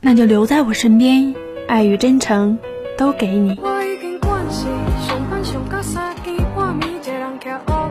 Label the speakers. Speaker 1: 那就留在我身边，爱与真诚都给你。
Speaker 2: 我已經關事，全班全家殺機，花面這冷卻我。